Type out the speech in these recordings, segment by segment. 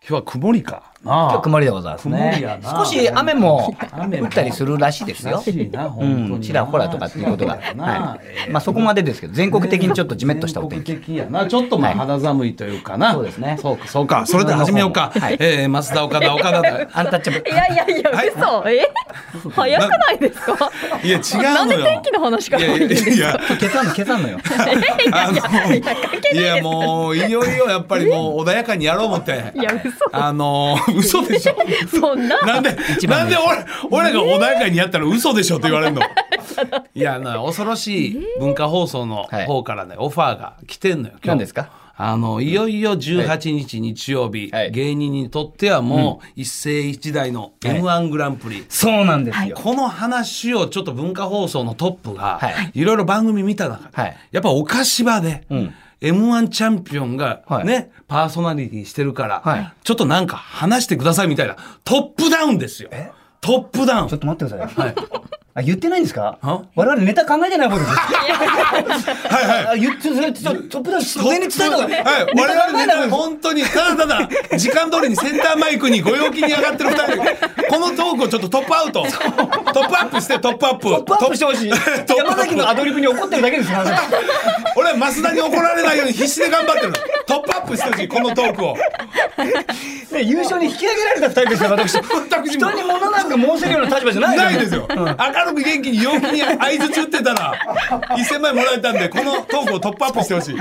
日は曇りかな今日曇りでございます曇りやね。な少し雨も雨降もったりするらしいですらよ。しいなう本当にん、ちらほらとかっていうことが。そうだよなはえい。ーまあそこまでですけど、全国的にちょっとジメッとしたお天気。全国的やなちょっとまあ肌寒いというかな、そうですねそうかそうかそれでは始めようか、はいえー、増田岡田岡田だアンタッチャブルい。やいやいや、はい嘘、え、早くないですか。いや 違うのよなんで天気の話から入るんですか。いやいや消さんの消さんのよ。いやいやいやいやいやもういよいよやっぱりもう穏やかにやろう思っていや嘘あのー嘘でしょそんな。なんで一、な番んでです俺、俺が穏やかにやったら嘘でしょって言われるの。 いや、な恐ろしい文化放送のはい方からね、オファーが来てんのよ、今日。何ですかあの、いよいよ18日日曜日、はい芸人にとってはもう一世一代の M1 グランプリ。そうなんですよ。この話をちょっと文化放送のトップが、、はいろいろ番組見た中で、はいやっぱお菓子場で、ん M1 チャンピオンがはいね、パーソナリティしてるから、はいちょっとなんか話してくださいみたいな、トップダウンですよ。トップダウンちょ。っと待ってください。はい、あ、言ってないんですかは我々ネタ考えてない方 です。はいはい。言って、それ、ちょ、トップダウン、上に伝えた方がはい、ネ我タ考え々ないね、方が本当に、ただただ、時間通りにセンターマイクにご陽気に上がってる二人、このトークをちょっとトップアウト、トップアップして、トップアップ。トトップアップしてほしい。トップアッ山プ崎のアドリブに怒ってるだけです から。俺は増田に怒られないように必死で頑張ってるのトップアップしてほしいこのトークをね優勝に引き上げられた二人ですから、私。私人に物なんか申せるような立場じゃないないですよ明るく元気に陽気に相槌打ってたら1000万円もらえたんでこのトークをトップアップしてほしいい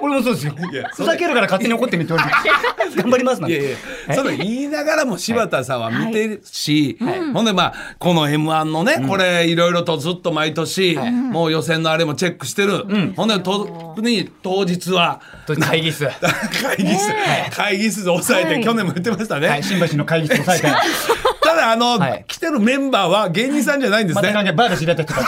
俺もそうですよや。ふざけるから勝手に怒ってみて ほしい。頑張りますなんやいて。やその言いながらも柴田さんは見てるし、ほんでまあこの m 1のね、これいろいろとずっと毎年、もう予選のあれもチェックしてる、ほんで特に当日は会議室。は会議室、会議室で抑えて、はい去年も言ってましたね、い、 新橋の会議室を抑えて。ただあの、はい来てるメンバーは芸人さんじゃないんです またね。関係バーで知り合った人たち。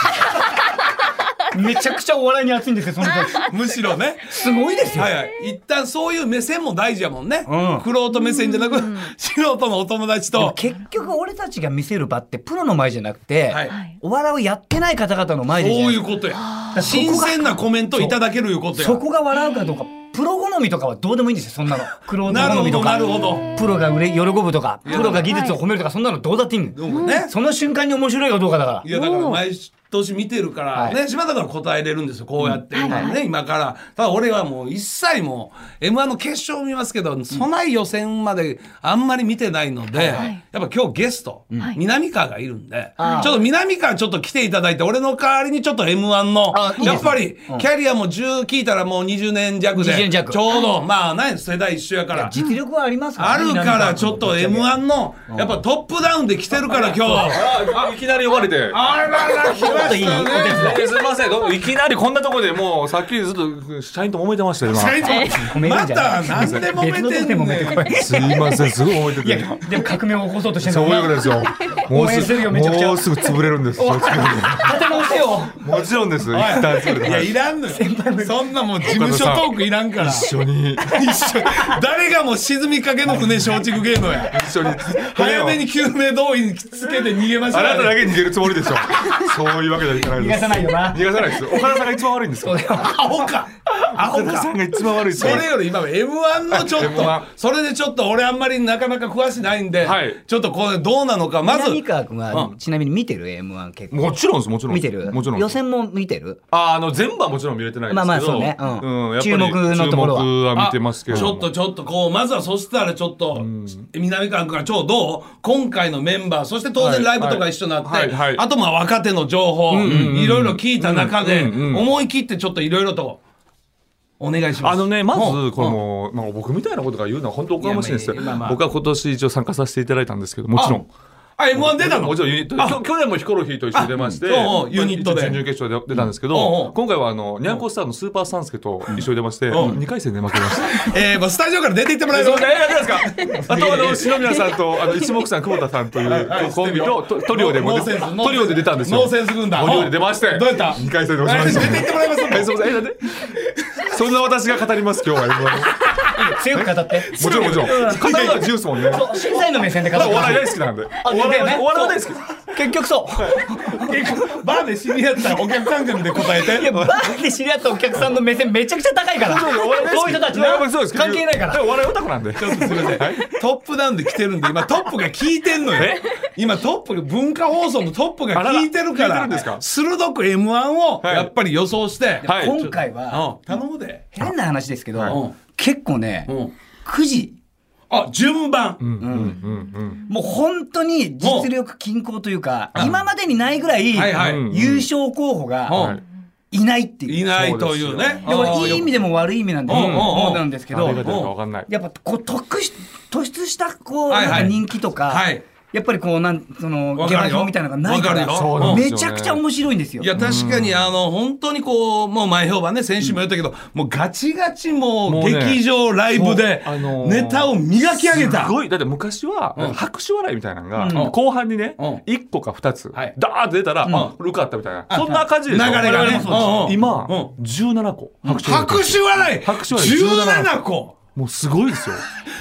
めちゃくちゃお笑いに熱いんですよ、その人たち。むしろね。すごいですよは。いはい、一旦そういう目線も大事やもんね。うんくろうと目線じゃなく、素人のお友達でもと。結局俺たちが見せる場ってプロの前じゃなくて、はいお笑いをやってない方々の前そうでじゃないいうことや。新鮮なコメントいただけるいうことや。そこが笑うかどうかプロ好みとかはどうでもいいんですよそんなの苦労なる好ほみとど、かなるほど。プロが売れ喜ぶとかプロが技術を褒めるとかそんなのどうだっていいんだでよもね。その瞬間に面白いかどうかだからいやだから毎年見てるから、はいね島田から答えれるんですよこうやって、今ね、今からただ俺はもう一切もう m 1の決勝を見ますけどそない予選まであんまり見てないので、はいやっぱ今日ゲスト、南川がいるんで、ああちょっと南川ちょっと来ていただいて俺の代わりにちょっと m 1のあいいですねやっぱりキャリアも10聞いたらもう20年弱で20年弱ちょうどまあ何世代一緒やから。実力はありますからあるからちょっと M1 ちのやっぱトップダウンで来てるから今日あいきなり呼ばれて。あらら来まょっといいお手伝いえすみませんどう、いきなりこんなところでもう、さっきずっと社員と揉めてました よ、今。褒めるまんじゃなたい何でも別めてんの時でねもめてんこいすみません、すごい揉めていて。やでも革命を起こそうとしてるそういうことですよ。もう応援すするぐ、よめちゃくちゃもうすぐ潰れるんです。 そっちも立て直せよもちろんです。一旦潰れいやて。いらんのよそんなもう事務所トークいらんから一緒に、一緒誰がもう沈みかけの船松竹芸能や一緒に。早めに救命胴衣につけて逃げましょあうなただけ逃げるつもりでし ょ。そういうわけじゃいかない逃でがす。さないよな逃がさないです。岡田さんが一番悪いんですよ。アホかアホ岡田さかんが一番悪いですそよ。れより今 m 1のちょっと M1 それでちょっと俺あんまりなかなか詳しないんで、はいちょっとこれどうなのかまず南川君はうんちなみに見てる M1 結構もちろんです、もちろん。見てるもちろん。予選も見てるああの全部はもちろん見れてないですけど、まあまあそうねうんやっぱり注目のところは注目は見てますけれちどもょっとちょっとこうまずはそしたらちょっと南川君からちょうどう今回のメンバーそして当然ラはイいブとか一緒になって、はいはいあとまあ若手の情報、いろいろ聞いた中で、うんうんうん思い切ってちょっといろいろとお願いしますあのねまうずんこれもう、まあ、僕みたいなことが言うのは本当おこがましいんですよ、いやまあまあ僕は今年一応参加させていただいたんですけどもちろんあ m 1出たのもちろんユニットであきょ去年もヒコロヒーと一緒に出ましてあうんうんユニットでまあ準々決勝で出たんですけうんうんうんど今回はあのニャンコスターのスーパーサンスケと一緒に出ましてうん2回戦で負けましたえー もうスタジオから出ていってもらえそまうすかですか。あと あの篠宮さんとあの一目散久保田さんというコンビとトトリオでもノーセンスノーセンストリオで出たんですよ。ノーセンス軍団トリオで出まして。どうやった 二回戦で落ちました。出ていってもらえますかえすみません。えなんで。そんな私が語ります今日は M1 強く語って。もちろんもちろん語るのは自由ですもんねおそう審査員の目線で語って。笑い大好きなんでおだ笑よねいお笑い大好き結局そう。 バーで知り合ったお客さん組で答えていやバーで知り合ったお客さんの目線めちゃくちゃ高いから。お笑い大好きそういう人たちやっぱりそはうです関係ないから。お笑いオタクなんでちょっとすみませんトップダウンで来てるんで今トップが聞いてんのよ今トップが文化放送のトップが聞いてるかあららら聞いてるんですか鋭く m 1をやっぱり予想して、はい今回はうん頼むで、変な話ですけうどん、結構ねう、ん、 9時。あ順番、うんうんうんもう本当に実力均衡というか、今までにないぐらいはいはい、うん優勝候補うんがはいいないっていう。いないというねでもいい意味ででも悪い意味なんで、うんうんうんそうなんですけど誰が、出るかわかんないやっぱこう特し突出したこうはいなはんいか人気とかはい、やっぱりこうなんそのわゲかラるよ表みたいなのがないかわかるよら、そうなんですよねめちゃくちゃ面白いんですよい。や確かにあの本当にこうもう前評判ね先週も言ったけど、もうガチガチももううね劇場ライブでそうあのーネタを磨き上げた、すごいだって昔はうん拍手笑いみたいなのがうん後半にねうん1個か2つはいダーッと出たらんあ受かったみたいなそんな感じでしょ流れがねうんうん今う17個拍手拍手笑い拍手笑い17個もうすごいですよ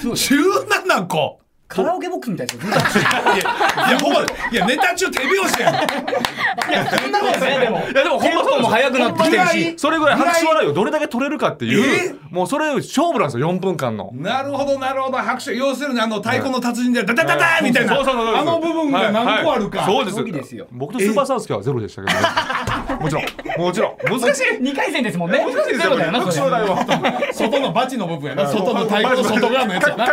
17個カラオケボックスみたいですよ。そいや、ほぼ、いや、ネタ中手拍子やん。んなことね、でも。いやでもほんまそうですも早くなってきてるほんましに。それぐらい拍手笑いをどれだけ取れるかっていうもうそれ勝負なんですよ4分間のなるほど、なるほど、拍手、要するに、あの太鼓の達人で、ダダダダーみたいな。そうそうそうそうあの部分が何個あるか。はいはいそそううでですすよ僕とスーパーサウスケはゼロでしたけど、ね、もちろんもちろん難しい二回戦ですもんね。難しいですよだよな。拍手それ笑いは外のバチの部分やな、外の太鼓の外側のやつやな。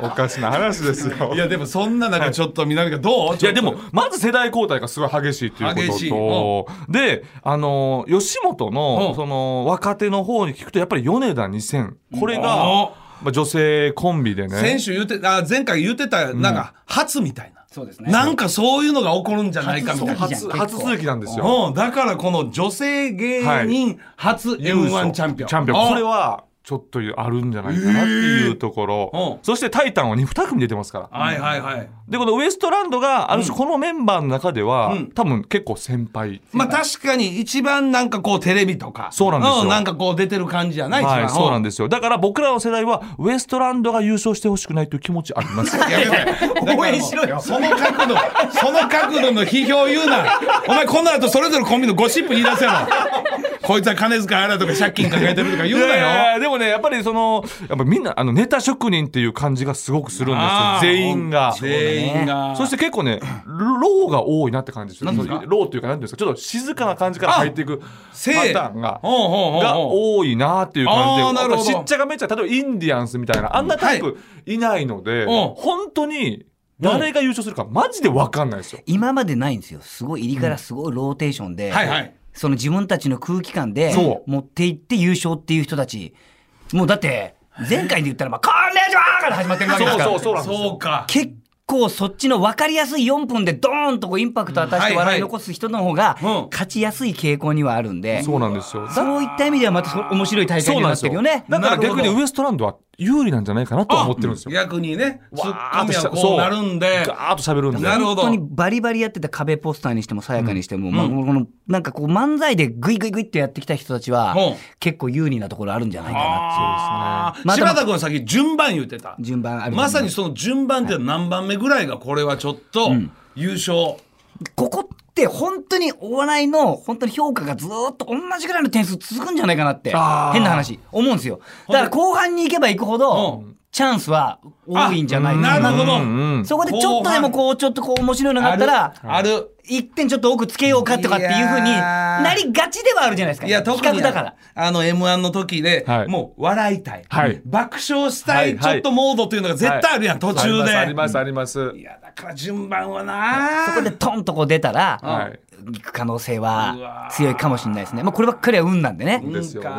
おかしな話ですよいや、でも、そんな中、ちょっと、みなみがどう。いやでもちょっまず世代交代がすごい激しいっていう激しいこととであの吉本うんのその若手の方に聞くとやっぱり米田2000これがうんまあ女性コンビでと先ね週言って、あ、前回言ってた、なんか、初みたいな。そうですね。なんか、そういうのが起こるんじゃないかみたいな。初初初続きなんですようん、だから、この女性芸人初 M1 チャンピオン。チャンピオンこれはちょっとあるんじゃないかなっていうところ、えーうんそして「タイタン」は 2, 組出てますから、あ。はい、はい、はい。でこのウエストランドがある種このメンバーの中では、うん多分結構先輩、まあ確かに一番なんかこうテレビとか。そうなんですよなんかこう出てる感じじゃない、はい、そうなんでですよだから僕らの世代はウエストランドが優勝してほしくないという気持ちありますいや応援しろよ。その角度、その角度の批評言うな。お前この後それぞれコンビのゴシップ言い出せろ。こいつは金遣いあらとか借金抱えてると か言うなよ。いやいやでもねやっぱりそのやっぱみんなあのネタ職人っていう感じがすごくするんあーですよ全員が。全員が。そして結構ね、ローが多いなって感じですなんですかローっていうか、なんていうんですか、ちょっと静かな感じから入っていくパタせいーンがほう、ほうほうがほう多いなっていう感じあーで、なるほどやっぱしっちゃかめっちゃ、例えばインディアンスみたいな、あんなタイプいないので、うん本当に誰が優勝するか、マジでわかんないですよ。今までないんですよ。すごい入りからすごいローテーションで、はいはいその自分たちの空気感でそう持っていって優勝っていう人たち、もうだって前回で言ったらまあこんにちはから始まってるわけですから。そうそうなんですよそうか。結構そっちの分かりやすい4分でドーンとこうインパクトを与えはいてはい笑い残す人の方がうん勝ちやすい傾向にはあるんで、そうなんですよ。そういった意味ではまたそ面白い大会そうにななんでっすてるよ。よね。だからなる逆にほどウエストランドは有利なんじゃないかなと思ってるんですよ。逆にね、ツッコミはわーっとこうなるんで。ガーッと喋るんで。なるほ本ど当にバリバリやってた壁ポスターにしてもさやかにしても、まあ、このなんかこう漫才でグイグイグイってやってきた人たちはうん結構有利なところあるんじゃないかなあーまあでも柴田君さっき順番言ってた。順番あるまさにその順番って何番目ぐらいがこれはちょっと優勝。ここって本当にお笑いの本当に評価がずーっと同じぐらいの点数続くんじゃないかなってあー変な話思うんですよだから後半に行けば行くほどうチャンスは多いんじゃないあなかなるほど。うんうんそこでちょっとでもこうちょっとこう面白いのがあったらある。一点ちょっと多くつけようかとかっていうふうにいやーなりがちではあるじゃないですかいや、特企に画だからあの M1 の時で、はいもう笑いたい,、はい爆笑したい、はいはいちょっとモードというのが絶対あるやん、途中で。ありますありますあります。いや、だから順番はなそこでトンとこう出たらはい行く可能性うはわー強いかもしれないですねまあこればっかりは運なんでねんですよね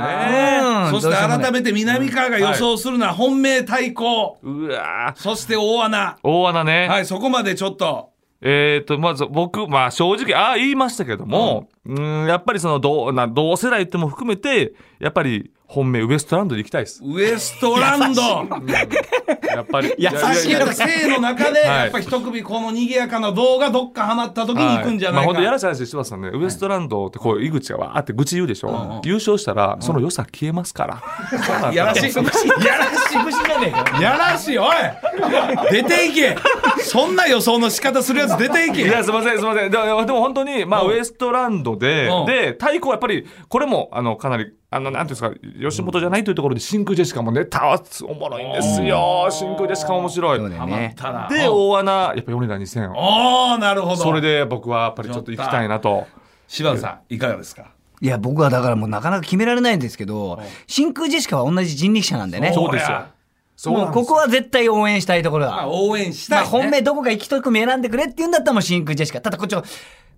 うんそして改めて南川が予想するのは本命対抗、うわーそして大穴。大穴ね。はい、そこまでちょっと。えー、と、まず僕、まあ正直、ああ言いましたけども、うん、やっぱりその同な同世代っても含めて、やっぱり本命ウエストランドで行きたいです。ウエストランドやっぱり。優し 優しいいやのやが性の中で、はいやっぱ一組この賑やかな動画どっかハマった時に行くんじゃなまあいか、本当やらしい話してますよね。ウエストランドってこう井口がわーって愚痴言うでしょ。んうん優勝したらその良さ消えますから。そうなんだやらしいやらしいやらしいおい出ていけそんな予想の仕方するやつ出ていけいや、すみません、すみません。でも、でも本当に、まあ、うんウエストランドでうん、で、太鼓はやっぱり、これも、あの、かなり、あの、なんていうんですか、吉本じゃないというところで、真空ジェシカもね、たわつ、おもろいんですよ。真空ジェシカ面白い。そうだよね。たらで、大穴、やっぱ米田2000。おおなるほどそれで、僕は、やっぱりちょっと行きたいなと。柴田さんいかがですかいや、僕はだからもうなかなか決められないんですけど、真空ジェシカは同じ人力車なんでね。そうですよ。そうもなうんですここは絶対応援したいところまだあ。応援したまい、あ、ね、本命どこか一組選んでくれって言うんだったらもう真空ジェシカ。ただこっちは、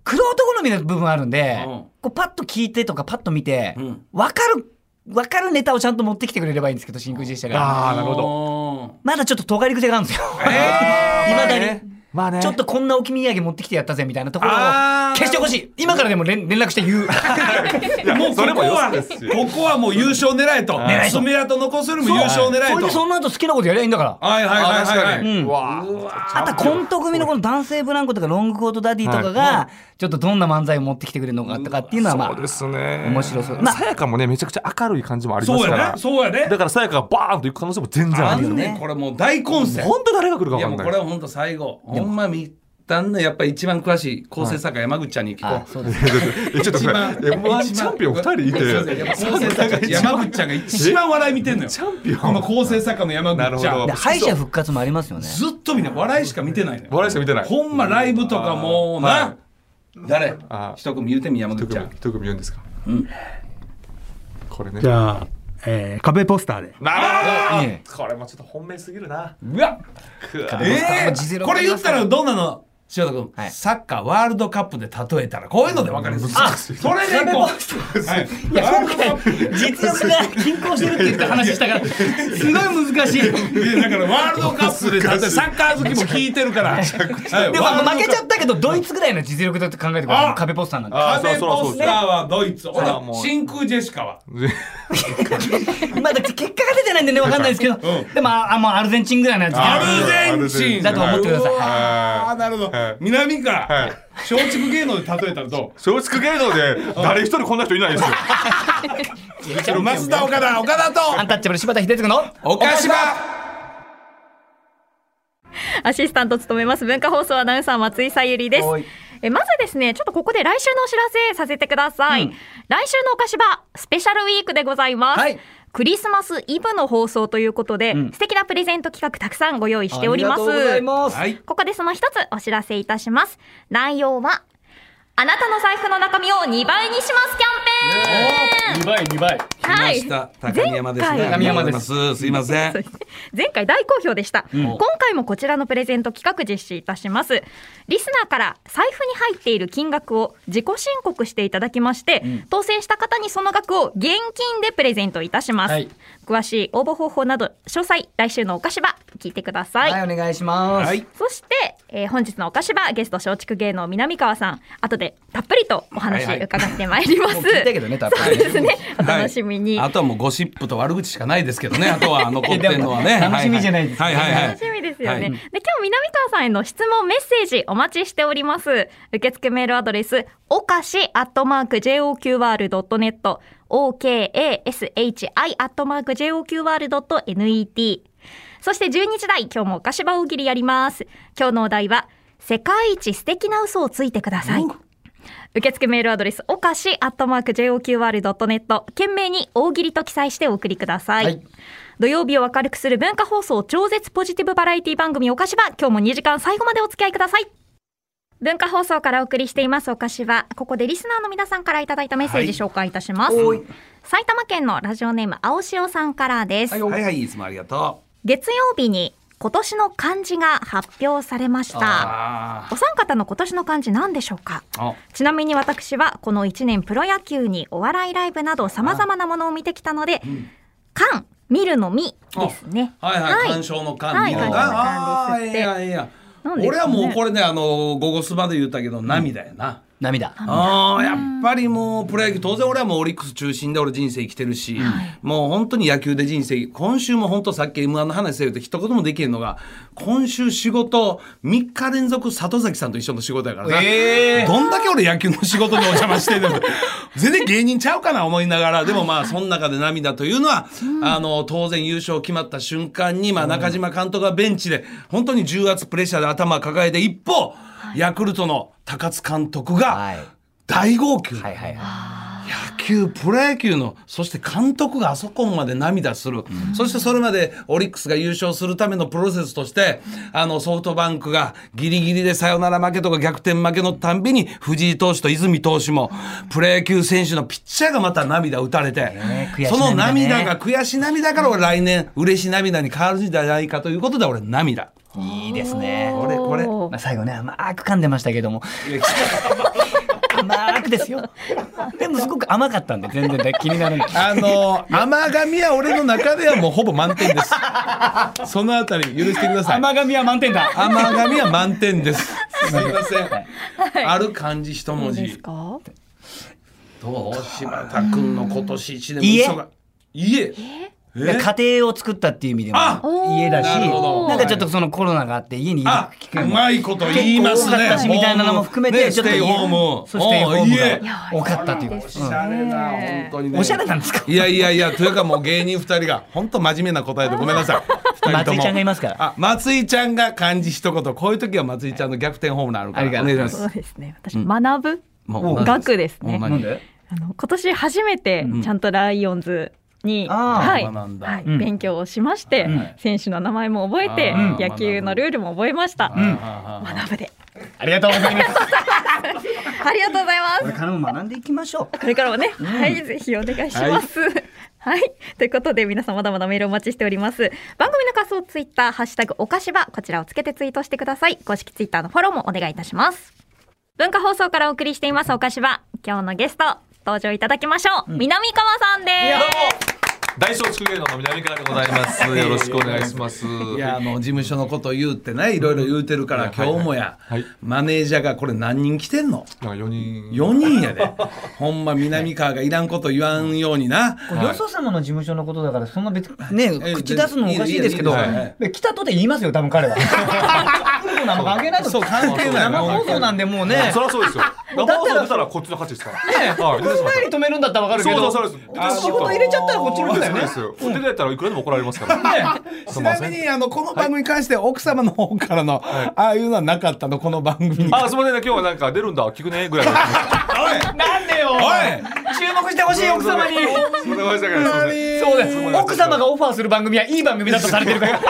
苦労と好みの部分あるんで、うんこうパッと聞いてとかパッと見て、うんわ、かる、わかるネタをちゃんと持ってきてくれればいいんですけど、真空ジェシカが。ああ、なるほど。どまだちょっと尖り癖があるんですよ。い まだに。まあね。ちょっとこんな置き土産持ってきてやったぜみたいなところをあー消してほしい。今からでも連連絡して 言う。いやもうこそこれも良さはですよここはもう優勝狙えと狙えと爪痕残すよりも優勝狙えそれとでその後好きなことやりゃいいんだから。はいはいはいはいはい、うんうわーあとはコント組のこの男性ブランコとかロングコートダディとかが、ちょっとどんな漫才を持ってきてくれるのかとかっていうのは、まそうであ、すね。面白そうままああ、さやかもね、めちゃくちゃ明るい感じもありまそすうかやらね。そうやねだからさやかがバーンと行く可能性も全然ああるよんね。ねんこれもう大混戦本当誰が来るかいやも分うこかんれない。は本当最後ほんまみったんのやっぱり一番詳しい構成作家山口ちゃんに聞こう、あそうです。えちょっと一これ番 M1 チャンピオン二人いて、そうそうやっぱ構成作家山口ちゃんが一番笑い見てんのよチャンピオンこの構成作家の山口ちゃなるんほでど敗者復活もありますよね。ずっとみんな笑いしか見てないのよ笑いしか見てない。ほんまライブとかもうな、は誰あ一組言うてみ山一口ちゃ組ん一組言うんですか。これね。じゃあ、えー壁ポスターで。なえるほど。これもちょっと本命すぎるな。うわくわえもーうジゼロこれ言ったらどんなの塩田君、はいサッカーワールドカップで例えたらこういうので分かりますあそれで こう、はい、ワールドカップ実力が均衡してるって言った話したから、すごい難しい。いやだからワールドカップで例えサッカー好きも聞いてるから、はいでもワールドカップ負けちゃったけど、ドイツぐらいの実力だって考えてくださあい。壁ポスターなんで。あアベポスターはドイツ、ほらあもう真空ジェシカは。まだ結果が出てないんでね、わかんないですけど、でも、あ、あもうアルゼンチンぐらいのやつ。アルゼンチンだと思ってくださいああ、なるほどはい。南 はかい。松竹芸能で例えたらど松竹芸能で誰一人こんな人いないですよ。う増田岡田、岡田とアンタッチャブル柴田秀嗣の岡島アシスタントを務めます文化放送アナウンサー松井さゆりですはい。えまずですね、ちょっとここで来週のお知らせさせてください。来週のお菓子場、スペシャルウィークでございます。はいクリスマスイブの放送ということで、素敵なプレゼント企画たくさんご用意しております。ありがとうございます。はい。ここでその一つお知らせいたします。内容は、あなたの財布の中身を2倍にしますキャンペーン2倍、2倍。はい来ました高見山ですね。前回高見山です。すいません。そうですね 前回大好評でした、今回もこちらのプレゼント企画実施いたしますリスナーから財布に入っている金額を自己申告していただきまして、当選した方にその額を現金でプレゼントいたします、はい詳しい応募方法など詳細来週のお菓子場聞いてください、はい、お願いします。はい。そして、えー本日のお菓子場ゲスト松竹芸能南川さん後でたっぷりとお話はいはい伺ってまいります、もう聞いたけどね、たっぷそうりねですねお楽しみに、はいあとはもうゴシップと悪口しかないですけどね。 あとは残ってるのはね。でも楽しみじゃないですかはいはいはい。楽しみですよはいね。で今日南川さんへの質問メッセージお待ちしております。受付メールアドレスおかしアットマーク j o q r ドットネット o k a s h i アットマーク j o q r ドット n e t そして12時台今日もお菓子場大喜利やります。今日のお題は世界一素敵な嘘をついてください。受付メールアドレスおかしアットマーク JOQR.net 懸命に大喜利と記載してお送りください、はい土曜日を明るくする文化放送超絶ポジティブバラエティ番組おかしば今日も2時間最後までお付き合いください文化放送からお送りしていますおかしばここでリスナーの皆さんからいただいたメッセージ紹介いたします、埼玉県のラジオネーム青塩さんからです、はいはい、いつもありがとう。月曜日に今年の漢字が発表されましたあお三方の今年の漢字何でしょうかー。あちなみに私はこの1年プロ野球にお笑いライブなどさまざまなものを見てきたので「かん」「見るのみ」ですね。はいはい、鑑い賞のは鑑い見る鑑賞のああ鑑ー、ですっいてやいやなんですか俺ねはもうこれね、あの、ゴゴスマで言ったけど、涙やな。涙。あーやっぱりもうプロ野球当然俺はもうオリックス中心で俺人生生きてるし、もう本当に野球で人生今週も本当さっき m 1の話せると一言もできへんのが今週仕事3日連続里崎さんと一緒の仕事やからな、どんだけ俺野球の仕事にお邪魔してるの全然芸人ちゃうかな思いながらでもまあその中で涙というのは、あの当然優勝決まった瞬間に、まあ、中島監督がベンチで本当に重圧プレッシャーで頭抱えて一方、ヤクルトの高津監督が、はい。大号泣、はいはいは野球プロ野球のそして監督があそこまで涙する、そしてそれまでオリックスが優勝するためのプロセスとしてあのソフトバンクがギリギリでサヨナラ負けとか逆転負けのたんびに藤井投手と泉投手もプロ野球選手のピッチャーがまた涙打たれて、ね悔しその涙ね涙が悔し涙から俺来年嬉し涙に変わるんじゃないかということで俺涙。い。いいですね。これこれおーまあ、最後ね、甘く噛んでましたけども。甘くですよ。でもすごく甘かったんで、全然ね気になるんで。あの甘髪は俺の中ではもうほぼ満点 です。そのあたり許してください。甘噛みは満点だ。甘噛みは満点です。すいません。ある漢字一文です字。かどう柴田君の今年一年家忙家。だから家庭を作ったっていう意味でもあ家だしなるほどなんかちょっとそのコロナがあって家にいるあ機、う会もまいこと言いますね。結構多かったしみたいなのも含めてねちょっとステイホーム。そうしてホーおうム家が多かったということですおしゃれな本当にね。おしゃれなんですかいやいやいや、というかもう芸人二人が、本当真面目な答えでごめんなさい。二人とも 松井ちゃんがいますからあ、松井ちゃんが漢字一言、こういう時は松井ちゃんの逆転ホームランあるから。ありがおとう願いごしざいまますそう。ですね私学ぶもう学ですほんねまなにんであの今年初めてちゃんとライオンズに、あーはい、学んだはいうん勉強をしまして、ん選手の名前も覚えて、あー野球のルールも覚えました、うん学ぶでありがとうございますありがとうございますこれからも学んでいきましょうこれからもね、はい、ぜひお願いします。はい、ということで、皆さんまだまだメールお待ちしております。番組の感想、ツイッター、ハッシュタグ、おかしば、こちらをつけてツイートしてください。公式ツイッターのフォローもお願いいたします。文化放送からお送りしています、おかしば。今日のゲスト、登場いただきましょう。南川さんです。大松竹芸能の南川でござい ます。よろしくお願いします。いやあの事務所のこと言うってねいろいろ言うてるからはいはい今日もや、はいマネージャーがこれ何人来てんのなんか4人。 4人やでほんま南川がいらんこと言わんようになよそ様の事務所のことだからそんな別にねえ口出すのもおかしいですけどいいですいいですはいで来たとて言いますよ多分彼はそうなんか関係ないとそう関係ない生放送なんでもうねそりゃそう ですよ。生放送出たらこっちの勝ちですから。ねはい。来る前に止めるんだったらわかるけそうどだそうです。仕事入れちゃったらこっちのそう方でだすよそねうです。お手伝いやったらいくらでも怒られますから。すちいまなせみん。にあのこの番組に関して奥様の方からの、ああいうのはなかったのこの番組にあ、すみませんね。今日はなんか出るんだ。聞くね ぐらいの。なんでよ注目してほしい奥様にすみませんすいません。そうです奥様がオファーする番組はいい番組だとされてるから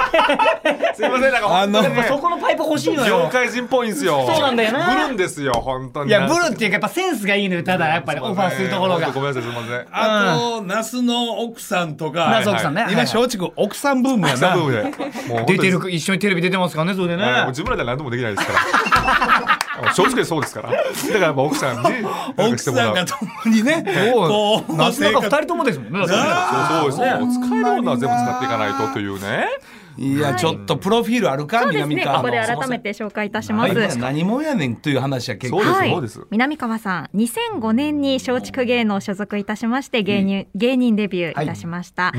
すみませんなんかあの本当にねそこのパイプ欲しいの業よ。界人っぽいんですよ。そうなんだよなブルんですよ本当に。いや、ブルっていうか、やっぱセンスがいいのよ、ただ、やっぱりすオいませんファーするところが。ごめんなさいすみません。あと那須の奥さんとか那須奥さんね今松竹奥さんブームやなサブウェイもう本当出にてる、一緒にテレビ出てますからね、それでね。はいもう自分らでは何ともできないですから。 正直そうですから。だからやっぱ奥さんになんか奥してもらさうんが共にねおこううなすなか生二活人ともですもんね。だってなあそうそうですね。もう使えるものは全部使っていかないとというね。いやちょっとプロフィールあるかそうです南ね、川このこで改めて紹介いたします。はい何もやねんという話や結そ構うですはいそうです南川さん2005年に松竹芸能所属いたしまして芸人,、芸人デビューいたしました、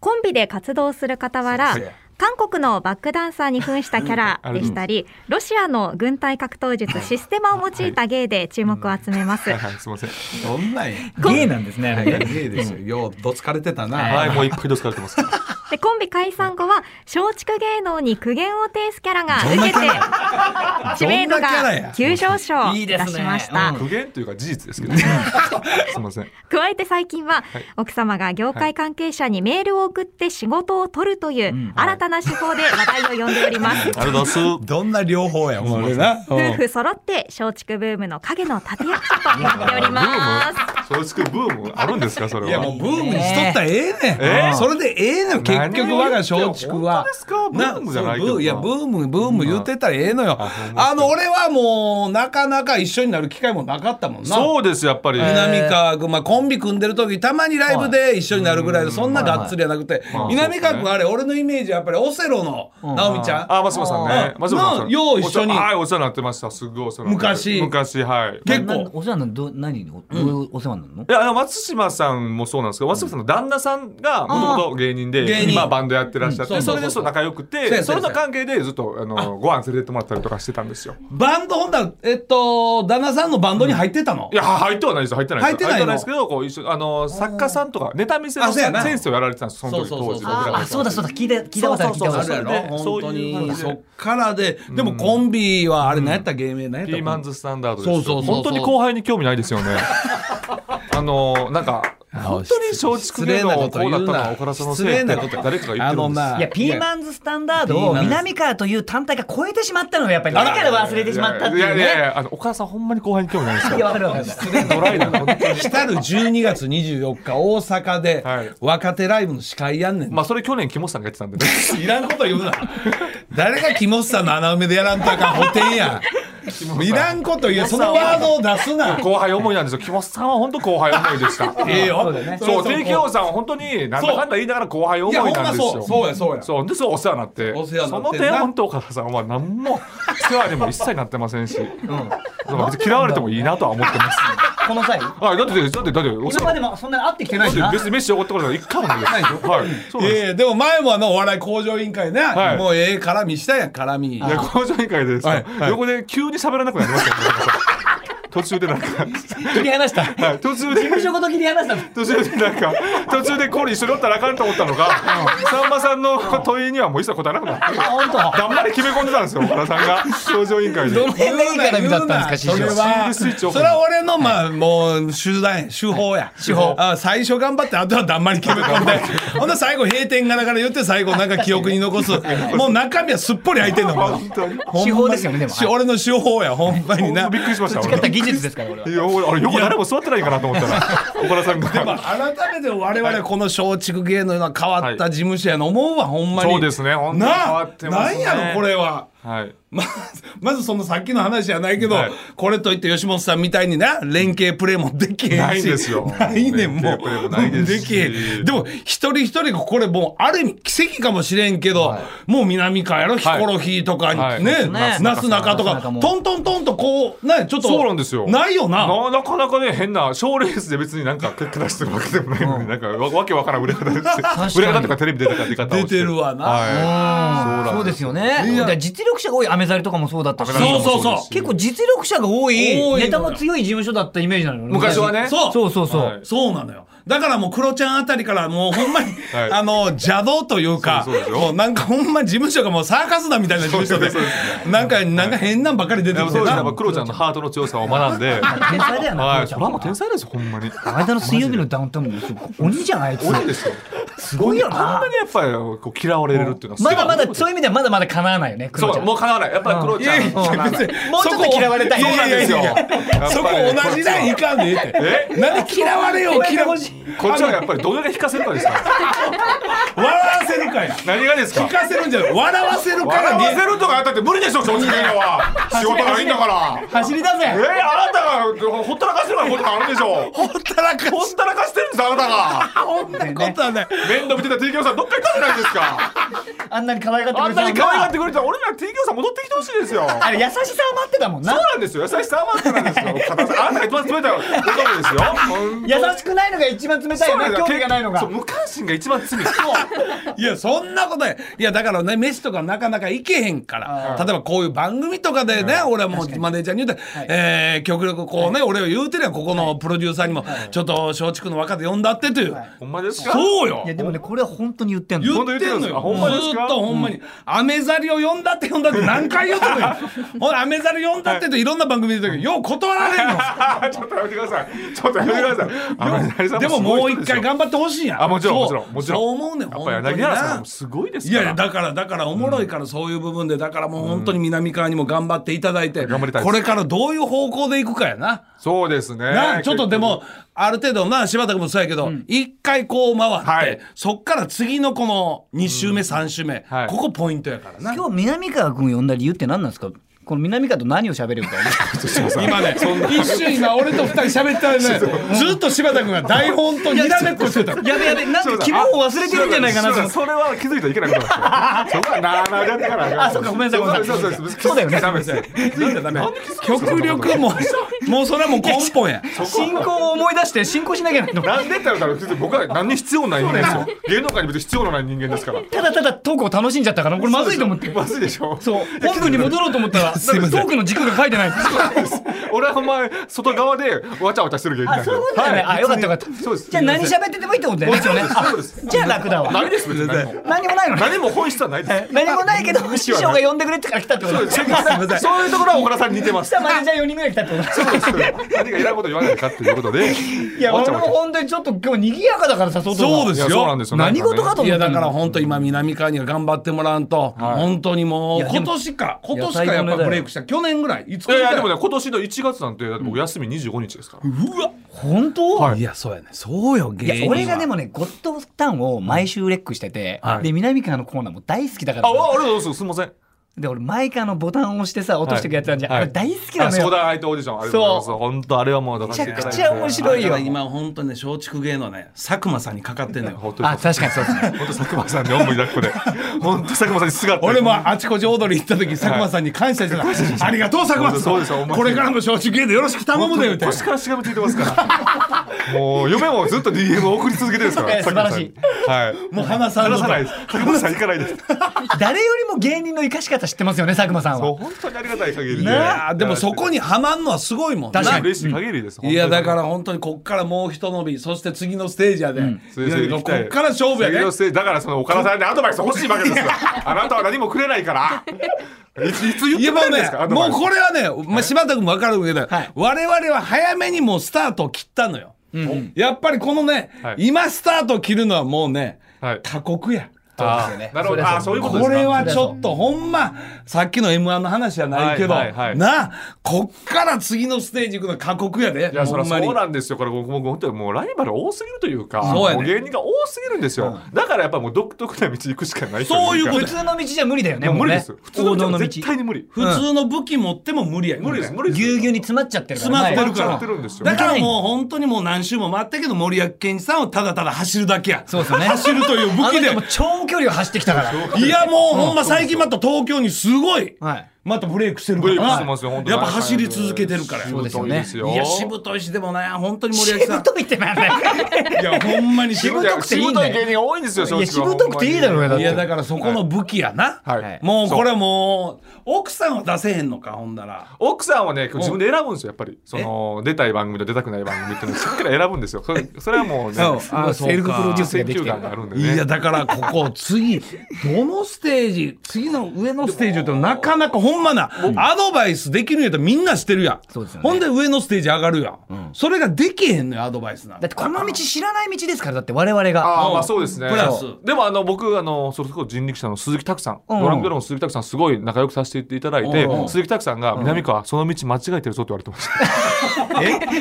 コンビで活動する傍らそうそう韓国のバックダンサーに扮したキャ ラでしたり、ロシアの軍隊格闘術システマを用いた芸で注目を集めます。はいはい、すみません。そんなんやゲイなんですね、あはれいね。いいですよようどつかれてたなはい、はいもういっぱいどつかれてます。でコンビ解散後は松竹芸能に苦言を呈すキャラが受けて知名度どんなキャラがや急上昇いいいでたすねしました。うん苦言というか事実です けどね。すみません。加えて最近は、奥様が業界関係者にメールを送って仕事を取るという新たな手法で話題を呼んでおり ます。ありがとうございます。どんな両方やもう俺な夫婦揃って松竹ブームの影の立役者となっております。そういうブームあるんですかそれはいやもうブームにしとったらええねん、えそれでええのよ結局我が松竹は何言ってんの本当ですかブームじゃないけどそうブーいやブームブーム言ってたらええのよ、あの俺はもうなかなか一緒になる機会もなかったもんなそうですやっぱり南川君、まあ、コンビ組んでる時たまにライブで一緒になるぐらいでそんながっつりはなくて、はい南川君あれ俺のイメージはやっぱりオセロの直美ちゃん、あ松島さんねうん松島さのんよう一緒にお世話はいお世話になってましたすごいお世話になって昔昔はい結構ななお世話なのど何におどういうお世話なのいやあの松島さんもそうなんですけど松島さんの旦那さんがもともと芸人で芸人今バンドやってらっしゃっうんてそうそそうそれうでそう仲良くそうやそてうそやれの関係でずっとあのご飯連れてってもらったりとかしてたんですよバンドほんだらえっと旦那さんのバンドに入ってたの、いや入ってはないです入ってないです入ってないのですけどこう一緒あの作家さんとかネタ見せあのそうやな先生をやられてたんですその時そうそうそう当時あ僕らがあそうだそうだ聞いた聞いたことある聞いたそうことああるるやろ本で当そういうに感じでそっからで、でもコンビはあれ何やった芸名何やったピーマンズスタンダードですそうそうそうそう本当に後輩に興味ないですよねあのなんか本当に松竹芸能こうだったのは岡田さんのせいっ失て礼なこと誰かが言ってるんですあのないやピーマンズスタンダードいをや南川という単体が超えてしまったのよやっぱりだから忘れてしまったっていういやいやいねやあの岡田さんほんまに後輩に興味ないんですいやよわかるわかるドライな本当に来る12月24日大阪ではい若手ライブの司会やんねん、まあそれ去年木本さんがやってたんでねいらんこと言うな誰が木本さんの穴埋めでやらんとあかん補填やいらんこと言うそのワードを出すな後輩思いなんですよ木本さんは本当後輩思いでした ええよそうだねそうれれ TKO さんは本当になんだかんだ言いながら後輩思いなんですいやほんまよそうそうやそうやそうでそうお世話になってお世話になってんなその点本当岡田さんは何も世話にも一切なってませんし、そう別に嫌われてもいいなとは思っ てます この際あだってだってだってお世今ま話でも そんなに会ってきてだないっしなて別に飯おごってことない一回もないですはいそういなんですやいやでも前もあのお笑い向上委員会ね、はいもうええ絡みしたやん絡みいや工場委員会でですはねいはい横で急に喋らなくなりましたよ岡田さん 途中 でなんか切り離した事はい途中で務所ごと切り離した途中でなんか途中でコール一緒におったらあかんと思ったのがさんまさんの問いにはもう一切答えなくなってあ本当黙り決め込んでたんですよ岡田さんが工場委員会でどの辺がいい絡みだったんですか言うなそれ師匠シングはルスイッチオフそれは俺のまあもう集団手法や手法あ最初頑張ってあとはだんまり決め込んでほんで最後閉店ガラガラ言って最後なんか記憶に残すもう中身はすっぽり開いてんのもう本当にほんまに手法ですよねでもし俺の手法やほんまになびっくりしました俺やった技術ですから俺はいや俺あれ横誰も座ってないかなと思ったら岡田さんまがあ改めて我々この松竹芸能の変わった事務所やの思うわほんまにそうですね本当に変なわあってまなすんねやろこれははいまず、まずそのさっきの話じゃないけど、はいこれといって吉本さんみたいにな、連携プレーもできへんし。ないんですよないねん、も連携プレーもないでう。すでしきへん。でも、一人一人がこれもう、ある意味奇跡かもしれんけど、もう南川やろ、ヒコロヒーとかに、はいね、はいねなすなかとなか、すなかもトントントンとこう、ね、ちょっと。そうなんですよないよな。ななかなかね変な賞ーレースで別になんか結果出してるわけでもないのになんかわわけわからん売れ方して売れ方とかテレビ出たか出方をして出てるわなはいうんそうですよねだから実力者が多いアメザリとかもそうだったからそうそうそう。結構実力者が多多いいのよネタも強い事務所だったイメージなのよ昔はねそうそうそうそう、はいそうなのよ。だからもう、クロちゃんあたりからもうほんまに、 はいあの、邪道というか、そうそうですよもうなんかほんま事務所がもうサーカスだみたいな事務所で、なんか、なんか変なんばっかり出てできもてそうですなねやっぱクロちゃんのハートの強さを学んで天才だよな、は黒いちそゃんれはもう天才ですよほんまに間の水曜日のダウンタウンの鬼じゃんあいつ多いですよすごいよあんななにやっぱりこう嫌われるっていうのはすごまいだまだそういう意味ではまだまだ叶わないよね黒そちうゃんもう叶わないやっぱりクロちゃんいやいや別にもうちょっと嫌われたいそうなんですよいやいやいやいやそこ同じラインいかんでええって。えなんで嫌われよ、嫌われ。こっちはやっぱりどれが引かせるかですから笑わせるかや。何がですか聞かせるんじゃない。笑わせるか笑らわせね。るとかあったって無理でしょ正直言は仕事ないんだから走りだえぜー、あなたがほったらかしてるからことがあるでしょほったらかほしったらかしてるんですあな たがこんなことはない。面倒見てた TKO さんどっか行ったじゃないですかあんなに可愛がってくあれんてたなのに可愛がってくれてた俺ら TKO さん戻ってきてほしいですよあれ優しさは待ってたもんそうななんですよ優しさは待ってなんですよ片手あなたが一番冷たい男ですよ本当優しくないのが一番冷たいよね興味がないのがそう無関心が一番罪ですいや、そんなことや。いや、だからね、飯とかなかなか行けへんから。例えばこういう番組とかでね、俺はもうマネージャーに言うて、えー極力こうね、俺を言うてりゃ、ここのプロデューサーにも、ちょっと松竹の若手呼んだってという。ほんまですかそうよいや。でもねこれは本当に言ってんの本当言言っっててんのるんですよ。かほんまですかずーっとほんまに。アメザリを呼んだって呼んだって何回言うと るよ。ほら、アメザリ呼んだってっていろんな番組で言うとるけどよう断られんの。あちょっとやめてください。ちょっとやめてください。天 成さんでもすもごうい人一ですよ回頑張ってほしいやん。あもちろそんうもちろんもちろんそう思うねん、ほんやっぱとりに柳原さんなも。すごいですいかやら。いやだからだからおもろいからそういう部分でだからもう本当に南川にも頑張っていただいて頑張りたいですこれからどういう方向でいくかやなそうですね。なちょっとでもある程度な柴田君もそうやけど一回こう回って、はいそっから次のこの2周目3周目、はいここポイントやからな今日南川君呼んだ理由って何なんですかこの南川と何を喋るみたいな今ね一瞬今俺と二人喋ったらねずっと柴田君が台本とにらめっこしてたやべやべなんか希望を忘れてるんじゃないかなと思ってそれは気づいたらいけないことなん ですよ。そこはなあなあでやってから。あそうかごめんなさいごめんなさいそうそうそうそうだよね気づいたらダメですついたらダメ 極力もうもうそれはもう根本や進行を思い出して進行しなきゃなと思ってなんでってやったら別に僕は何に必要ない人間ですよ。芸能界に別に必要のない人間ですから。ただただトークを楽しんじゃったからこれまずいと思ってまずいでしょ。そう本文に戻ろうと思ったらトークの軸が書いてない俺はお前外側でわちゃわちゃしてる芸人なあんでそういうことだよねあよかったよかったそうですじゃあ何喋っててもいいってことだよねそうですそうですじゃあ楽だわダメです別に何も何もないのね何も本質はないです何もないけど師匠が呼んでくれってから来たってことだよそうですそういうところは小倉さんに似てます下マネージャー4人ぐらい来たってことだそうですそうです 何か偉いこと言わないかっていうことでいや俺も本当にちょっと今日賑やかだから誘うとそうですいやそうなんですよ何事かとい思やっただからの本当今南川には頑張ってもらわんと、本当にもうやで今も年か今年いかやや最っ後のぱブレイクした去年ぐらいいついかやいぐらやでもね今年の1月なんてだってお休み25日ですからうわ本当いやそうやねそうよ芸い人やは俺がでもねゴッドタンを毎週レックしてて、はいで南川のコーナーも大好きだかあらあありがとうございますすいませんで俺毎回あのボタンを押してさ落としてくやつなんじゃん、はいあれ大好きなあのソーよダ相手オーディションありがとうございそます本当あれはもう出させていただいてめちゃくちゃ面白いよだから今本当にね松竹芸能ね佐久間さんにかかってんのよ本当にあ確かにそうですね 本当佐久間さんでおんぶに抱っこで本当佐久間さんにすがって俺もあちこちオードリー行った時佐久間さんに感謝してた、ありがとう佐久間そうですさよんこれからも松竹芸能よろしく頼むでよって腰からしがみついてますから。もう嫁もずっと DM を送り続けてるんですかいやら。素晴らしい佐久間さんに。はい。もう花さんの話さないです。佐久間さん行かないです。誰よりも芸人の生かし方知ってますよね佐久間さんもうは本当にありがたい限りいで。やーでもそこに。にはまんのはすごいもん確かに嬉しい限りです。。いやだからら本当にこっからもう一伸びそして次のステージやで、いそうやいうい人や行きこたいっから勝負やそういうで人生だからその岡田さんにアドバイス欲しいわけですよ。あなたは何もくれないから。いついつ言っいやもてくれるうんですねか。アドもバイうスこれはね、まあ、柴田君も分かるけど、はい我々は早めにもうスタートを切ったのよ、やっぱりこのね、はい今スタートを切るのはもうね、はい過酷やあそうですよねーなるほど。あーそういうことですこか。れはちょっとほんまさっきの m 1の話じゃないけど、はいはいはいなあこっから次のステージ行くの過酷やでいやそほりんゃまにそうなんですよこれ僕も本当にもうライバル多すぎるというかそうやねもう芸人が多すぎるんですよ、だからやっぱもう独特な道行くしかないというかそういうこと普通の道じゃ無理だよねいやもう無理ねですよ普通の王道道のは道絶対に無理普通の武器持っても無理や、無理です無理ですぎゅうぎゅうに詰まっちゃってるから詰まってやるかっちゃってるんですよだからいもう本当にもう何周も回ったけど森脇健児さんはただただ走るだけやそうですよね走るという武器であの人も長距離を走ってきたからいやもうほんま最近また東京にすごいはいまたブレイクしてるからブレイクしてますよ本当にやっぱ走り続けてるからそうですよねいいですよいやしぶといしでもね本当に森し脇さぶんといってなんだよいやほんまにしぶぶとくていいんだよしぶとい芸人が多いんですよいやしぶとくていいだろうよだとっいいてやだからそこの武器やな、はい、はいもうこれはもう奥さんは出せへんのかほんなら奥さんはね自分で選ぶんですよやっぱりその出たい番組と出たくない番組っていうのをしっかり選ぶんですよそれそれはもうねそうあセルフプロデュースが選でき球てる眼があるんでいねやだからここ 次どのステージ次の上のステージってなかなかほんまなアドバイスできるんやったらみんなしてるやんそうですよねほんで上のステージ上がるやん、それができへんのよアドバイスなんてだっ てこの道知らない道ですからだって我々がああまあそうですねプラスでもあの僕あのそれこそ人力車の鈴木拓さん、うんドラムドラゴンの鈴木拓さんすごい仲良くさせていただいて、うん鈴木拓さんが南川その道間違えてるぞって言われてました、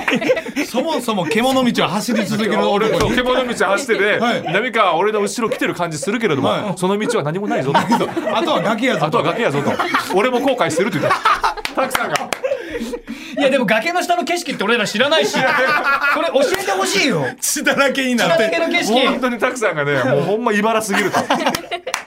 そもそも獣道を走り続ける俺俺とと獣道走ってて、はい南川は俺の後ろ来てる感じするけれども、はいその道は何もないぞとあとはガキやぞあとは崖やぞと俺も後悔してるって言ってた拓さんがいやでも崖の下の景色って俺ら知らないしそれ教えてほしいよ血だらけになっ崖ての景本色当に拓さんが ねもうほんま茨すぎると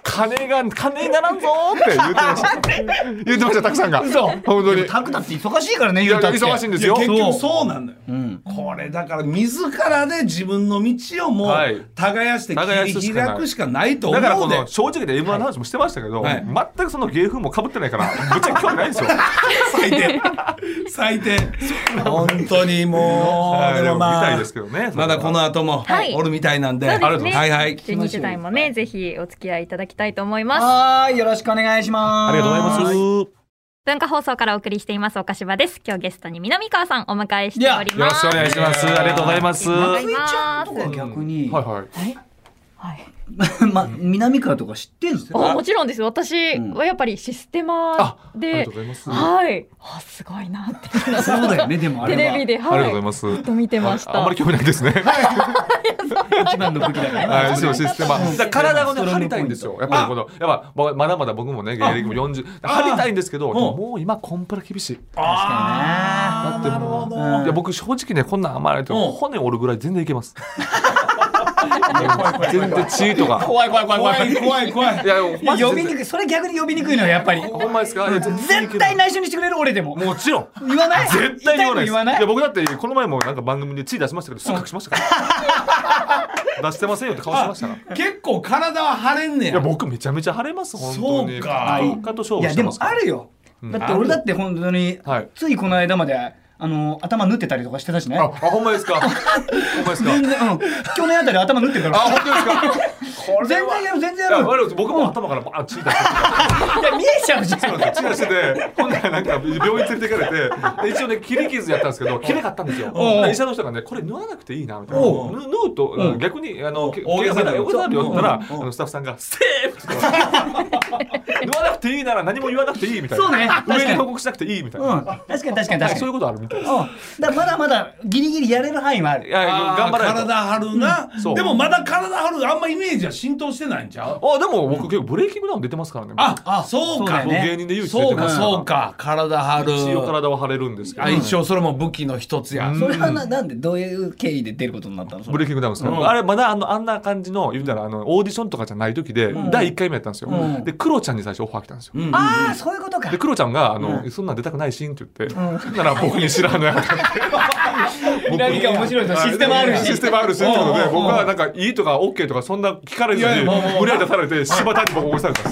金が金にならんぞーって言ってました言ってました拓さんが嘘本当にタクだって忙しいからねい言やうたって忙しいんでいすやよ結局そうなんだよ、んこれだから自らで自分の道をもはいう耕して耕切すしりかない開くしかないと思だからうこでの正直で M1 の話もしてましたけど、はい全くその芸風も被ってないから、ぶっちゃけ興味ないんです よ。最低 最低本当にもはういででもも見たまいあですけどね。まだこの後もはいおるみたいなんで、そうですねはいはい12時代もね、ぜひお付き合いいただきたいと思います。はーい、よろしくお願いします。ありがとうございます。文化放送からお送りしています、岡島です。今日ゲストに南川さんお迎えしておりよろます。しくお願いします。ありがとうございます。はりがとうございます。逆に、いはい。はい、 ま、南川とか知ってんすあよ。もちろんですよ私んはやっぱりシステマあ、ありがでとう、ございます。あはいあすごいなってそうだよね、でもあれテは。レビで、りがはい、とうございます。ずっと見てました、あんまり興味ないですね。一番の武器だから。はい、そうシステマ。だから体をストね、ロング張りたいんですよ。やっぱりこの、やっぱ、ままだまだ僕もね、芸歴も40、張りたいんですけど、でももう今コンプラ厳しい。あーだってなるほど、うんいや、僕正直ね、こんなん甘えられてうも、ん骨折るぐらい全然いけます。全然血とか。怖い怖い怖い怖い怖い怖いいや、い呼びにくい、それ逆に呼びにくいのよ、やっぱり。ほんまですかいや然いけ絶る対内緒にしてくれる、俺でも。もちろん。言わない絶対に言わないです。言わないや僕だってこの前もなんか番組で血出しましたけど、すぐ隠しましたから。出してませんよって顔してましたから。い結構体は腫れんねやや僕めちゃめちゃ晴れます本当に。そうかピカピカと勝い負やしでてまもすから。あるよ、だって俺だって本当に、はいついこの間まであの頭縫ってたりとかしてたしねあ、あほんまですか。ほんまですか。 全然、うん、去年あたり頭縫ってるかあら本当ですか。これ全は然やる全然いややる悪いです僕も頭からバーン血出してていや見えちゃうじゃんそうなんですよ血出しててほんならなんか病院連れてかれてで一応ね切り傷やったんですけど切れかったんですよで医者の人がねこれ縫わなくていいなみたいなおう縫縫うとあの逆にあのけ大げさだよ大げさだよって言ったらあのスタッフさんが「セーフ!」って言 って縫わなくていいなら何も言わなくていいみたいなそうね確かに上に報告しなくていいみたいなうん、確かに確かに確かなんかにそういうことあるみたいですうん、だからまだまだギリギリやれる範囲はあるいや頑張らないと体張るな、んそうでもまだ体張るあんまイメージは浸透してないんちゃうあでも僕結構ブレイキングダウン出てますからねあそうそうかだ僕よね芸人で唯一出そてうかますそうか体張る一応体は腫れるんですけどあ一応それも武器の一つや、それはななんでどういう経緯で出ることになったのそブれレイキングダウンですね、うんあれまだあのあんな感じの言うたらあのオーディションとかじゃない時で、第1回目やったんですよ、うんでクロちゃんに最初オファー来たんですよ、うんああそういうことかでクロちゃんがあの、うそんなん出たくないしん」って言って、なら僕に知らない僕何か面白いとシステムあるしシステムあるしってことうんでうん僕はなんか「いい」とか「OK」とかそんな聞かれずいやいにやもうもう無理やり出されて柴田に僕起こされたん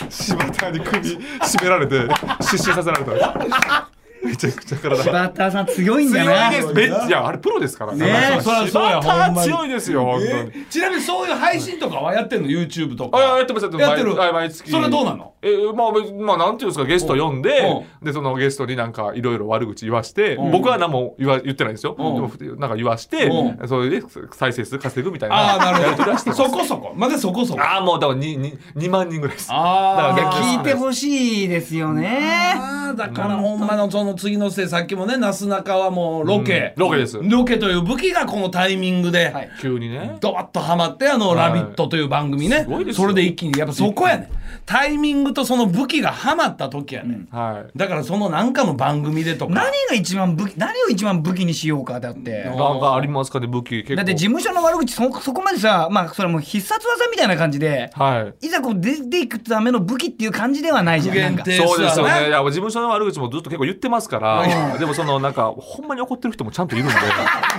です柴田に首絞められて失神させられたんですめちゃくちゃ体柴田さん強いんだな強いですめっちゃいやあれプロですからねえそりゃそうやほんまに強いですよ本当にえちなみにそういう配信とかはやってんの YouTube とかあやってますやってますやってる毎毎月それはどうなのえまあ別にまあなんていうんですかゲスト呼んおでうでそのゲストになんかいろいろ悪口言わしてうん僕は何も言わ言ってないですよでうんもなんか言わしてうそれで再生数稼ぐみたいああななやり取りるはほしてどますそこそこまだそこそこああもうだからにに2万人ぐらいですあだからー逆に聞いてほしいですよねあーだからほんまのその次の世さっきもねなすなかはもうロケ、ロケですロケという武器がこのタイミングで、はい急にねドバッとハマってあの「はいラビット!」という番組ね、すごいですそよれで一気にやっぱそこやねタイミングとその武器がハマった時やね、はいだからそのなんかの番組でとか何が一番武器何を一番武器にしようかだってなんかありますかね武器結構だって事務所の悪口そそこまでさまあそれも必殺技みたいな感じではいいざこう出ていくための武器っていう感じではないじゃんなんか不限定そうですそようだねね。いや、事務所の悪口もずっと結構言ってますから、でもそのなんか、ほんまに怒ってる人もちゃんといるん で、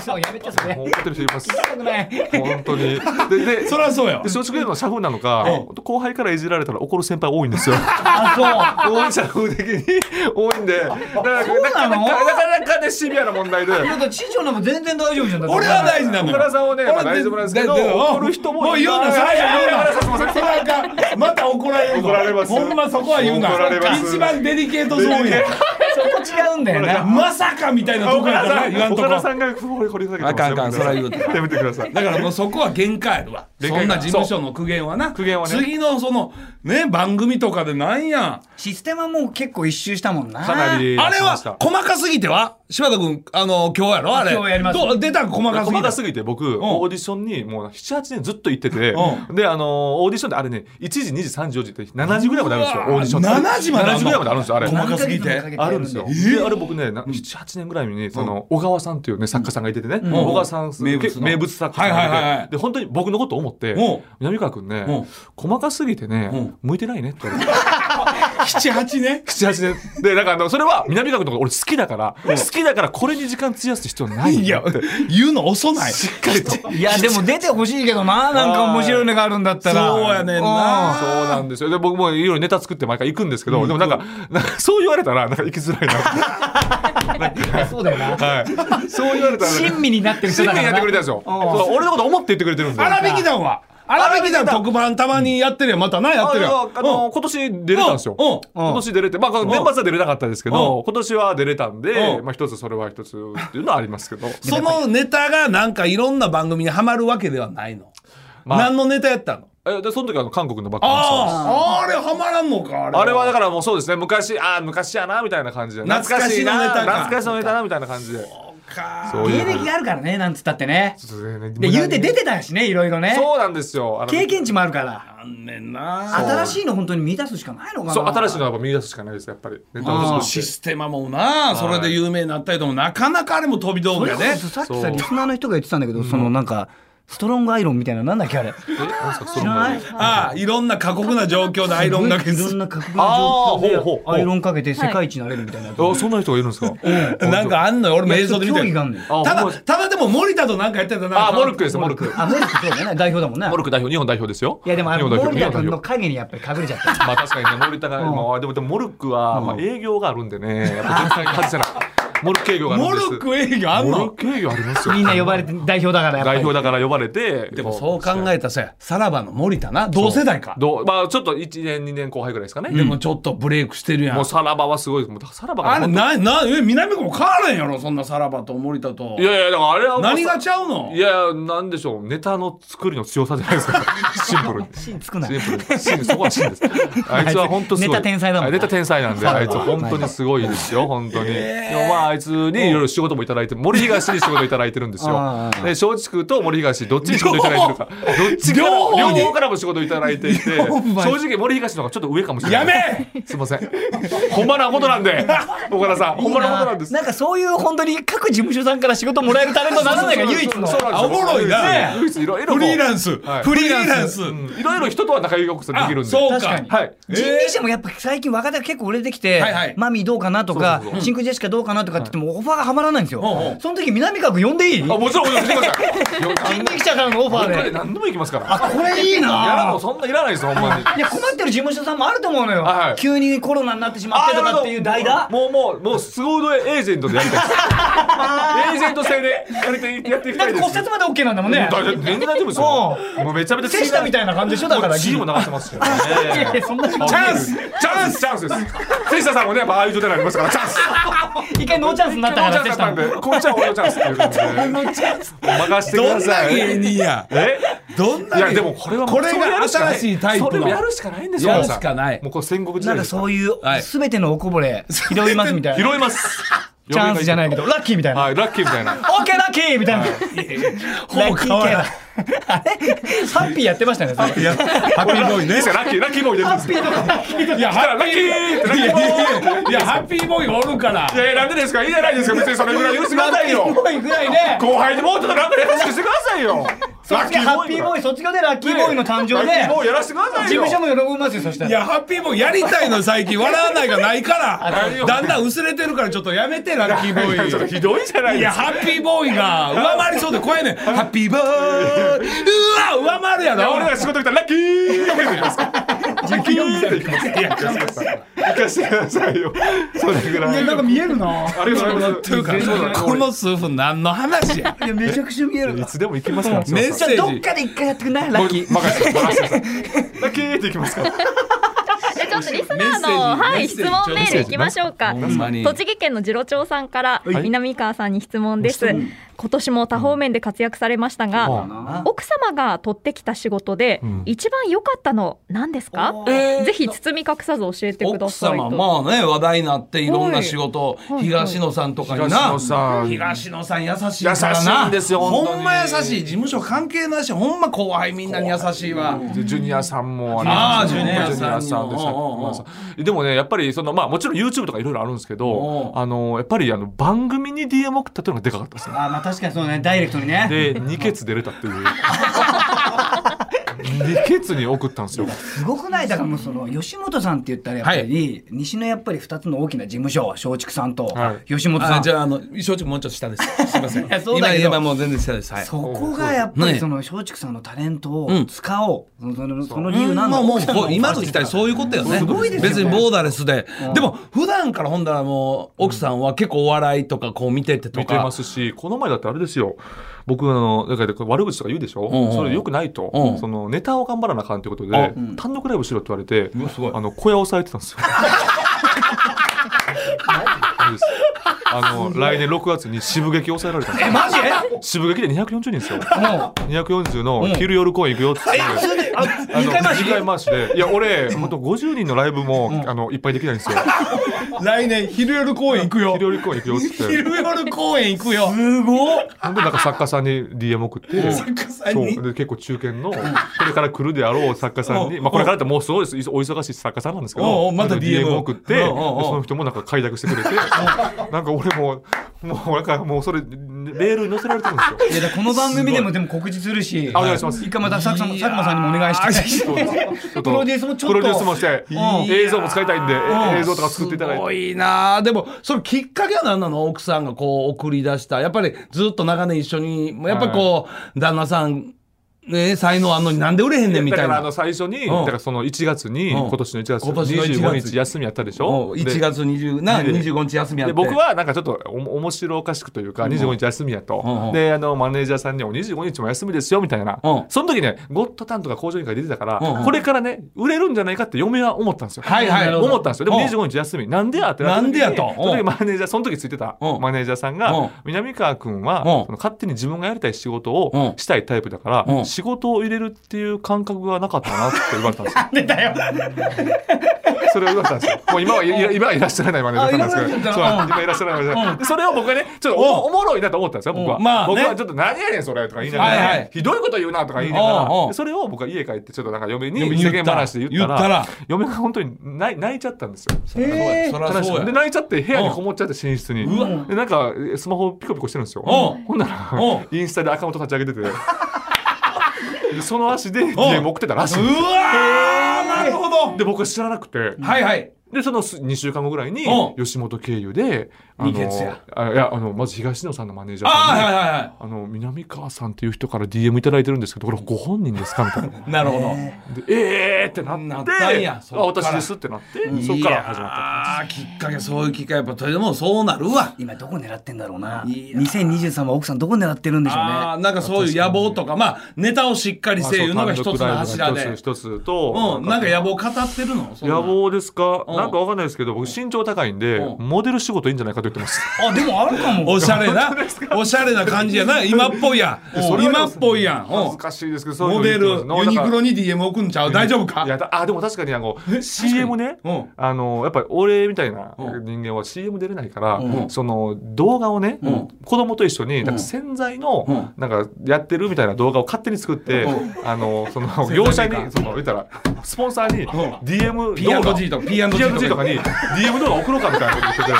そうやめてそれもう怒ってる人います。したくない本 当に。で、で、そりゃそうやわで松竹芸能の社風なのか、後輩からいじられたら怒る先輩多いんですよ。あ多い社風的に多いんで、だからそうなのなかなかなかねシビアな問題で。そう地上のも全然大丈夫じゃんだって俺は大事なのよ岡田さんはね、まあ、大丈夫なんですけど、ででで怒る人ももう言うな、いそれはやいやいや言うな。それはあかんまた怒られるぞ怒られますほんまそこは言うな。怒られます一番デリケートゾーンや。そこ違うんだよなまさかみたいなとこ岡や田からな言わさんんとこ。岡田さだんが掘り掘り下げてますよあかんあかんそれは言うなやめてください。からもうそこは限界やるわ。限そん界かな事務所の苦言はな。苦言はね次のその、ね、番組とかでなんや。システムはもう結構一周したもんなかなりあれはしました細かすぎては柴田君、あの、今日やろあれ。今日やりますどう出たん細かすぎ細てか。すぎて僕、オーディションにもう78年ずっと行ってて、うであのーオーディションであれね1時2時3時4時って7時ぐらいまであるんですようわオーディションって7時まであるの7時ぐらいまであるんですよあれ細かすぎてあるんですよ。であれ僕ね、な78年ぐらいにその小川さんっていうね作家さんがいててね、小川さん名物の名物作家さんがいてはいはいはいはいで本当に僕のことを思ってうん「南川君うんね細かすぎてね向いてないね」って言われて七八ね。 78年でなんかあのそれは南川君のこと俺好きだから好きだからこれに時間費やす必要ないいんだやって、言うの遅ない。しっ かりと。いや、でも出てほしいけど な、なんか面白いのがあるんだったら。そうやねんあなーそうなんですよ。で、僕もいろいろネタ作って毎回行くんですけど、でもなんか、なんかそう言われたら、なんか行きづらいな。 うん。そうだよな。はい。そう言われたら、親身になってる人真だか剣らな。にやってくれたんですよ。そう俺のこと思って言ってくれてるんですよ。荒引き団は。荒引き団特番たまにやってるやん。またな、やってるやん。ああの、今年出れたんですよ。うんうん今年出れて、まあ、年末は出れなかったですけうど、今年は出れたんでう、んまあ、一つそれは一つっていうのはありますけ ど。そのネタがなんかいろんな番組にはまるわけではないの。まあ何のネタやったのえで、その時はあの韓国のバックダンサーですああ、あれはまらんのか、あれあれはだからもうそうですね、昔、ああ、昔やな、みたいな感じで。懐かしのネタか懐かしのネタな、みたいな感じで。そういう芸歴があるからね、なんつったってね。で、言うて出てたしね、いろいろね。そうなんですよ。あの経験値もあるから。あんねんな。新しいの本当に見出すしかないのかな。そう、新しいのはやっぱ見出すしかないです、やっぱり。ネタあをの作シってステマもな、それで有名になったりとも、なかなかあれも飛び道そ具れやこね。そさっきそさ、うリスナーの人が言ってたんだけど、そのなんか、ストロングアイロンみたいな、なんだっけあれ。えなんですかそ知れらないああ、いろんな過酷な状況でアイロンがけいろすん。な過酷な状況であーほうほうほうアイロンかけて世界一になれるみたいな。あそんな人がいるんですか なんかあんのよ、俺も映像で見いてや競技るがあんのよ。あたほんまだ、ただでも森田となんかやってたな。あ、モルックです、モルック。あ、モルクそうだね。代表だもんねモ。ルック代表、日本代表ですよ。いやでもあの日本森代表田君日本代の表影にやっぱり隠れちゃった。まあ確かにね、森田が、まあでも、でもモルックは、まあ営業があるんでね、やっぱ絶対に外せない。モルック営業があるんモでルす。ック営業あんモルのック営業ありますよ。みんな呼ばれて代表だから やっぱり。代表だから呼ばれて。でもそう考ええたらさ、さらばの森田な、同世代か。どうまあちょっと1年、2年後輩ぐらいですかね。でもちょっとブレイクしてるやんもう。さらばはすごいです。もうさらばがあれ、本当な、な、え、南区も変わらんやろ、そんなさらばと森田と。いやいや、だからあれはもう何がちゃうのいや、なんでしょう。ネタの作りの強さじゃないですか。シンプルに。シンつくなプルに。シンそこはシンです。あいつは本当すごネい。タ天才だもんなネタ天才なんで、あいつ本当にすごいですよ、本当に。でもまあ、あいつにいろいろ仕事もいただいて、森東に仕事いただいてるんですよあ。で、松竹と森東、どっちに仕事いただいてるか。どっちから両方両方からも仕事いただいていて、正直森東の方がちょっと上かもしれなやい。めすいません。ほんまなことなんで、岡田さん。ほんまなことなんです。なんかそういう本当に各事務所さんから仕事もらえるタレントなんだが唯一の。そうなんであすよおもろいなね唯一いろいろフこうリーランス、はいフリーランス。うんいろいろ人とは仲良くできるんで。そう確かかに。はい。人力車もやっぱ最近若手が結構売れてきて、はいはいマミーどうかなとかそうそうそう真空ジェシカどうかなとかって言ってもオファーがはまらないんですよ、うんうんその時南角呼んでいいあ、人もちろん、もちろん、来てください。よ力車からのオファ僕ーでで何でも行きますから。あこれいいいやらもなうそんないらないです、ほんまに。いや困ってる事務所さんもあると思うのよ、はいはい急にコロナになってしまってとかっていう代あ打もう、もう、もう、スゴ腕エージェントでやりたいです。エージェント制でやりたい、やっていきだたっいてです。骨折まで OK なんだもんねだ全然大丈夫ですよ。もうめちゃめちゃセシタみたいな感じでしょだからチーム流してますしね。いやいやそんなチ一ャンスチャンスチャンスです。セシタさんもね、やっぱああいう状態になりますから、チャンス回ノーチャンスになったこかっらちセはチャシンスなタもんで、こっちは俺のチャンスっていう感じで。お任せてくどだんなさい。芸人や。えどんな芸人 いやでもこれはもうこれそやがるしかな新しいタイプそれの。をやるしかないんですよやる皆さんしかないもうこれ戦国時な代んでかすかそういうはい全てのおこぼれ拾いますみたいな拾いますチャンスじゃないけどラッキーみたいなはいラッキーみたいなオッケーラッキーみたいな。ほぼ変わらないラッキー系だ。あれハッピーやってましたね。それいやハッピーボーイねです。からラッキーラッキーも入れるんですよいやハッピーラッキーってラッキーいやいや、ハッピーボーイがおる から。いやいやなんでですかいいじゃないですか別にそれぐらい許してくださいよボーイぐらいね。後輩にもうちょっと頑張って優しくしてくださいよハッピーボーイイ卒業でラッキーボーイの誕生ラッキでー。ボーイやらせてくだ事さいよ務所も喜びますよ。そしたいら。や、ハッピーボーイやりたいの最近、笑わないがない から。何をだんだん薄れてるから、ちょっとやめて、ラッキーボいや それーひどいじゃないイ。いでや、すかハッピーボーイが上回りそうで怖いねん。ハッピーボーイ。うわ、上回るやいや俺らろ。が仕事来たらラッキーって言いますかラッキーボーイみたいな。いや、行かしてくださいよそれぐらいなんか見えるな。ありがとうございますというか全然俺、この数分何の話や。いやめちゃくちゃ見えるいな。つでも行きますからメッじセゃあどっージ。かで一回やってくんないラッキー。任せて任せてラッキーって行きますからえちょっとリスナーのメッセージはいメッセージ質問メールいきましょうかほんまに栃木県の次郎長さんから南川さんに質問です今年も多方面で活躍されましたが奥様が取ってきた仕事でん一番良かったの何ですかぜひ包み隠さず教えてくだ奥さい様、とまあね、話題になって、いろんな仕事、東野さんとかにな。さ東野さん優しいからな優しいんですよ本当ほにんま優しい事務所関係なしほんま後輩みんなに優しいわでジュニアさんもあージュニアジュニアさんジュニアさんでおうおうおうさでもねやっぱりそのまあもちろん YouTube とかいろいろあるんですけおどうあのやっぱりあの番組に DM 送ったっていうのがでかかったですねあまあ確かにそうねダイレクトにね。で二ケツ出れたっていう二ケツに送ったんですよ。すごくないだからもうその吉本さんって言ったらやっぱり、西のやっぱり2つの大きな事務所松竹さんとはい吉本さあん、じゃああの正直もうちょっと下です。すみま せん。いやそうだけど今今もう全然下です。はい。そこがやっぱねりその松竹さんのタレントを使おう、そのその理由まなあんだもうこう今の時代そういうことよね。すごいですよね別にボーダーレスで。でも普段からほんだらもう奥さんは結構お笑いとかこう見ててと見てまか。すし、この前だってあれですよ。僕あのなんか悪口とか言うでしょ。んうんそれ良くないと、うんそのネタを頑張らなあかんということで、単独ライブしろって言われて、あの小屋を押されてたん ですよ。マジですあの来年6月に渋劇抑えられたんですよ。マジ渋劇で240人ですよ。240の昼夜公演行くよっつって。あの二回回しで、いや俺本当50人のライブも、あのいっぱいできないんですよ。来年昼夜公演行くよ昼夜公演行くよっつって。夜公演行くよ。すごっほんでなんか作家さんに DM 送って、作家さんにそうで結構中堅のこれから来るであろう作家さんに、うんまあこれからってもうすごいですお忙しい作家さんなんですけうんうど、んまたなんか DM 送って、でうんうんそうんの人もなんか快諾してくれて、 なんか俺ももうなんかもうそれレールに乗せられてる んですいやだよ。からこの番組でもでも告知するし、あお願いします一回また佐久間さん佐久間さんにもお願いして、そうですちょっとプロデュースもちょっとプロデュースもして映像も使いたいんで映像とか作っていただいすごて。いなあでもそのきっかけは何なの奥さんがこう送り出したやっぱりずっと長年一緒にやっぱりこう、旦那さんね才能あんのになんで売れへんねんみだたかいらあなの。最初に、うんだからその1月に、うん今年の1月今年の1 25月日休みやったでしょお1月20なで25日休みやっでて僕はなんかちょっとお面白おかしくというか25日休みやと、うんうんであのマネージャーさんにも25日も休みですよみたいな、うんその時ねゴッドタンとか工場委員会出てたから、うんうんこれからね売れるんじゃないかって嫁は思ったんですよ、はいはいなるほど思ったんですよでもうん25日休みなんでやってった時になんでやとうんその時マネージャーその時ついてたうんマネージャーさんが、うん南川君うは、んその勝手に自分がやりたい仕事うんをしたいタイプだから、うん仕事を入れるっていう感覚がなかったなって言われたんですよ出たよ。それを言われたんです よもう今はいい今はいらっしゃらないマネージャーさんなんですけどあいらっそしうゃらない今いらっしゃらないマネージャーさんでそれを僕はねちょっとおおもろいなと思ったんですよ僕は、うんまあね僕はちょっと何やねんそれとか言いながら、はいはいひどいこと言うなとか言いながら、うんうんでそれを僕は家帰ってちょっとなんか嫁に言った世間話で言った言らったら嫁が本当に泣い泣いちゃったんですよそらそうやで泣いちゃって部屋にこもっちゃって寝室にうわでなんかスマホピコピコしてるんですよおうほんならおうインスタでアカウント立ち上 げててでその足で DM 送ってたらしいんうですよわーなるほどで僕は知らなくてはいはいでそのす2週間後ぐらいにう吉本経由であ二欠やあいやあのまず東野さんのマネージャーあさーんにはいはいあの南川さんっていう人から DM いただいてるんですけどこれご本人ですかみたい はいななるほどでえーってなってなったんやそっあから私ですってなってそこから始まったあきっかけそういうきっかけやっぱとでもそうなるわ今どこ狙ってんだろうな。いや2023は奥さんどこ狙ってるんでしょうあーなんかそういう野望とかまあネタをしっかりまあせえいうのが一つのそう柱単独ライブでが一つ一つとうん、なんか野望語ってるのそんな野望ですかうんなんかわかんないですけど僕身長高いんでうんモデル仕事いいんじゃないかと言ってますね。あでもある かも。おしゃれな、おしゃれな感じやな。今っぽいやん。それは今っぽいやん。うん恥ずかしいですけどそういうモの言デル、ユってますなんかニクロに DM 送んちゃう大丈夫かいやだあでも確かにあの CM ねうんあのやっぱり俺みたいなうん人間は CM 出れないから、うんその動画をね、うん子供と一緒になんか洗剤のなんかやってるみたいな動画を勝手に作って、うあのその剤業者メーカーにその言ったらスポンサーに DM 動画 P&G とか P&G とか P&G とかに DM 動画送ろうかみたいなこと言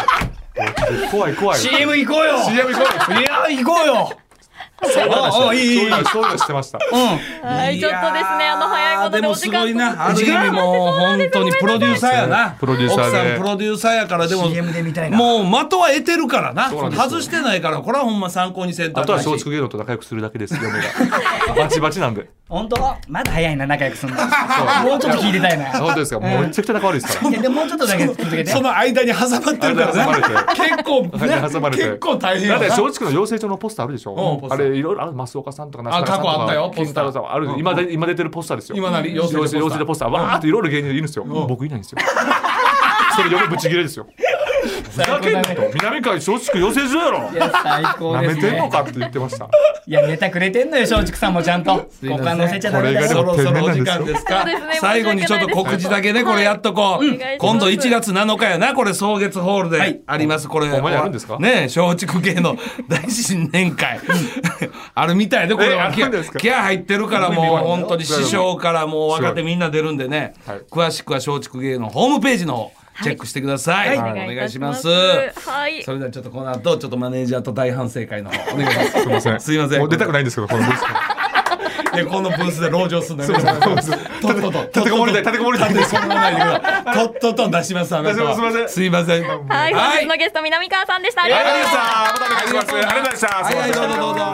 ってて怖い怖い CM 行こうよ。 CM 行こういや行こうよ。 そういう話あいいいいいいそういうのしてましたうはい、ちょっとですね、あの早いことででおも時す間ごといな。ある意味もう本当にプロデューサーやな。プロデューサーで奥さんプロデューサーやからでも。ん。CM で見たいな。もう的は得てるからなそうなんですよ外してないからこれはほんま参考にせんとああとかはんし松竹芸能と仲良くするだけです嫁がバチバチな んで本当まだ早いな仲良くするの。もうちょっと聞いてたいな。本当ですかもうめちゃくちゃ仲悪いですからいやでももうちょっとだけ続けてそ。の間に挟まってるから間に挟まなれ結構間 に挟まれて結構大変だやってな松竹の養成所のポスターあるでしうんょポスタあーれいろいろある増岡さんとか中過去あったよ金太郎さんはあるポスター今で今出てるポスターですよ今何養養成所ポスター成養成所ポスターわーっていろいろ芸人いるんですよ僕いないんですよそれ嫁ぶち切れですよふざけんなと南海松竹養成所やろいや最高なでめすてんのね。かって言ってましたいやネタくれてんのよ松竹さんもちゃんと。ここは載せちゃダメだこれがでそよ。もろそろお時間ですかそうですね最後にちょっと告知だけねこれやっとこう、はいお願いします今度1月7日やなこれ草月ホールであります、これお前やるんですかね松竹芸能大新年会あるみたいでこれはえ気あるん合ですか気合入ってるからもう本当に師匠からもう若手みんな出るんでね、はい詳しくは松竹芸能ホームページの方チェックしてください、はいお願いします、お願いいたしますはいそれではちょっとこの後ちょっとマネージャーと大反省会の方お願いしますすいませんすいません もう出たくないんですけどこのブースでこのブースで籠城するんだよねとっとと立てこもりたい立てこもりたい立てこもりたいんだけどとっとと出しますあなたは出しますすいませんはい、は本い日のゲスト南川さんでした。ありあがりとうございました。がとうございましたまたお願いしますありがとうございましたはいはいどうぞどうぞ